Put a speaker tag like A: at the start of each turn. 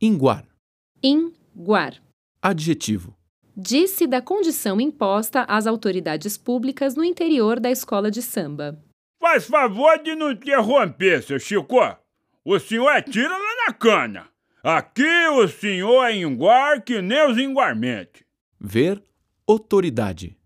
A: Inguar.
B: Inguar.
A: Adjetivo.
B: Disse da condição imposta às autoridades públicas no interior da escola de samba.
C: Faz favor de não interromper, seu Chico. O senhor atira lá na cana. Aqui o senhor é enguar que nem os enguarmente.
A: Ver. Autoridade.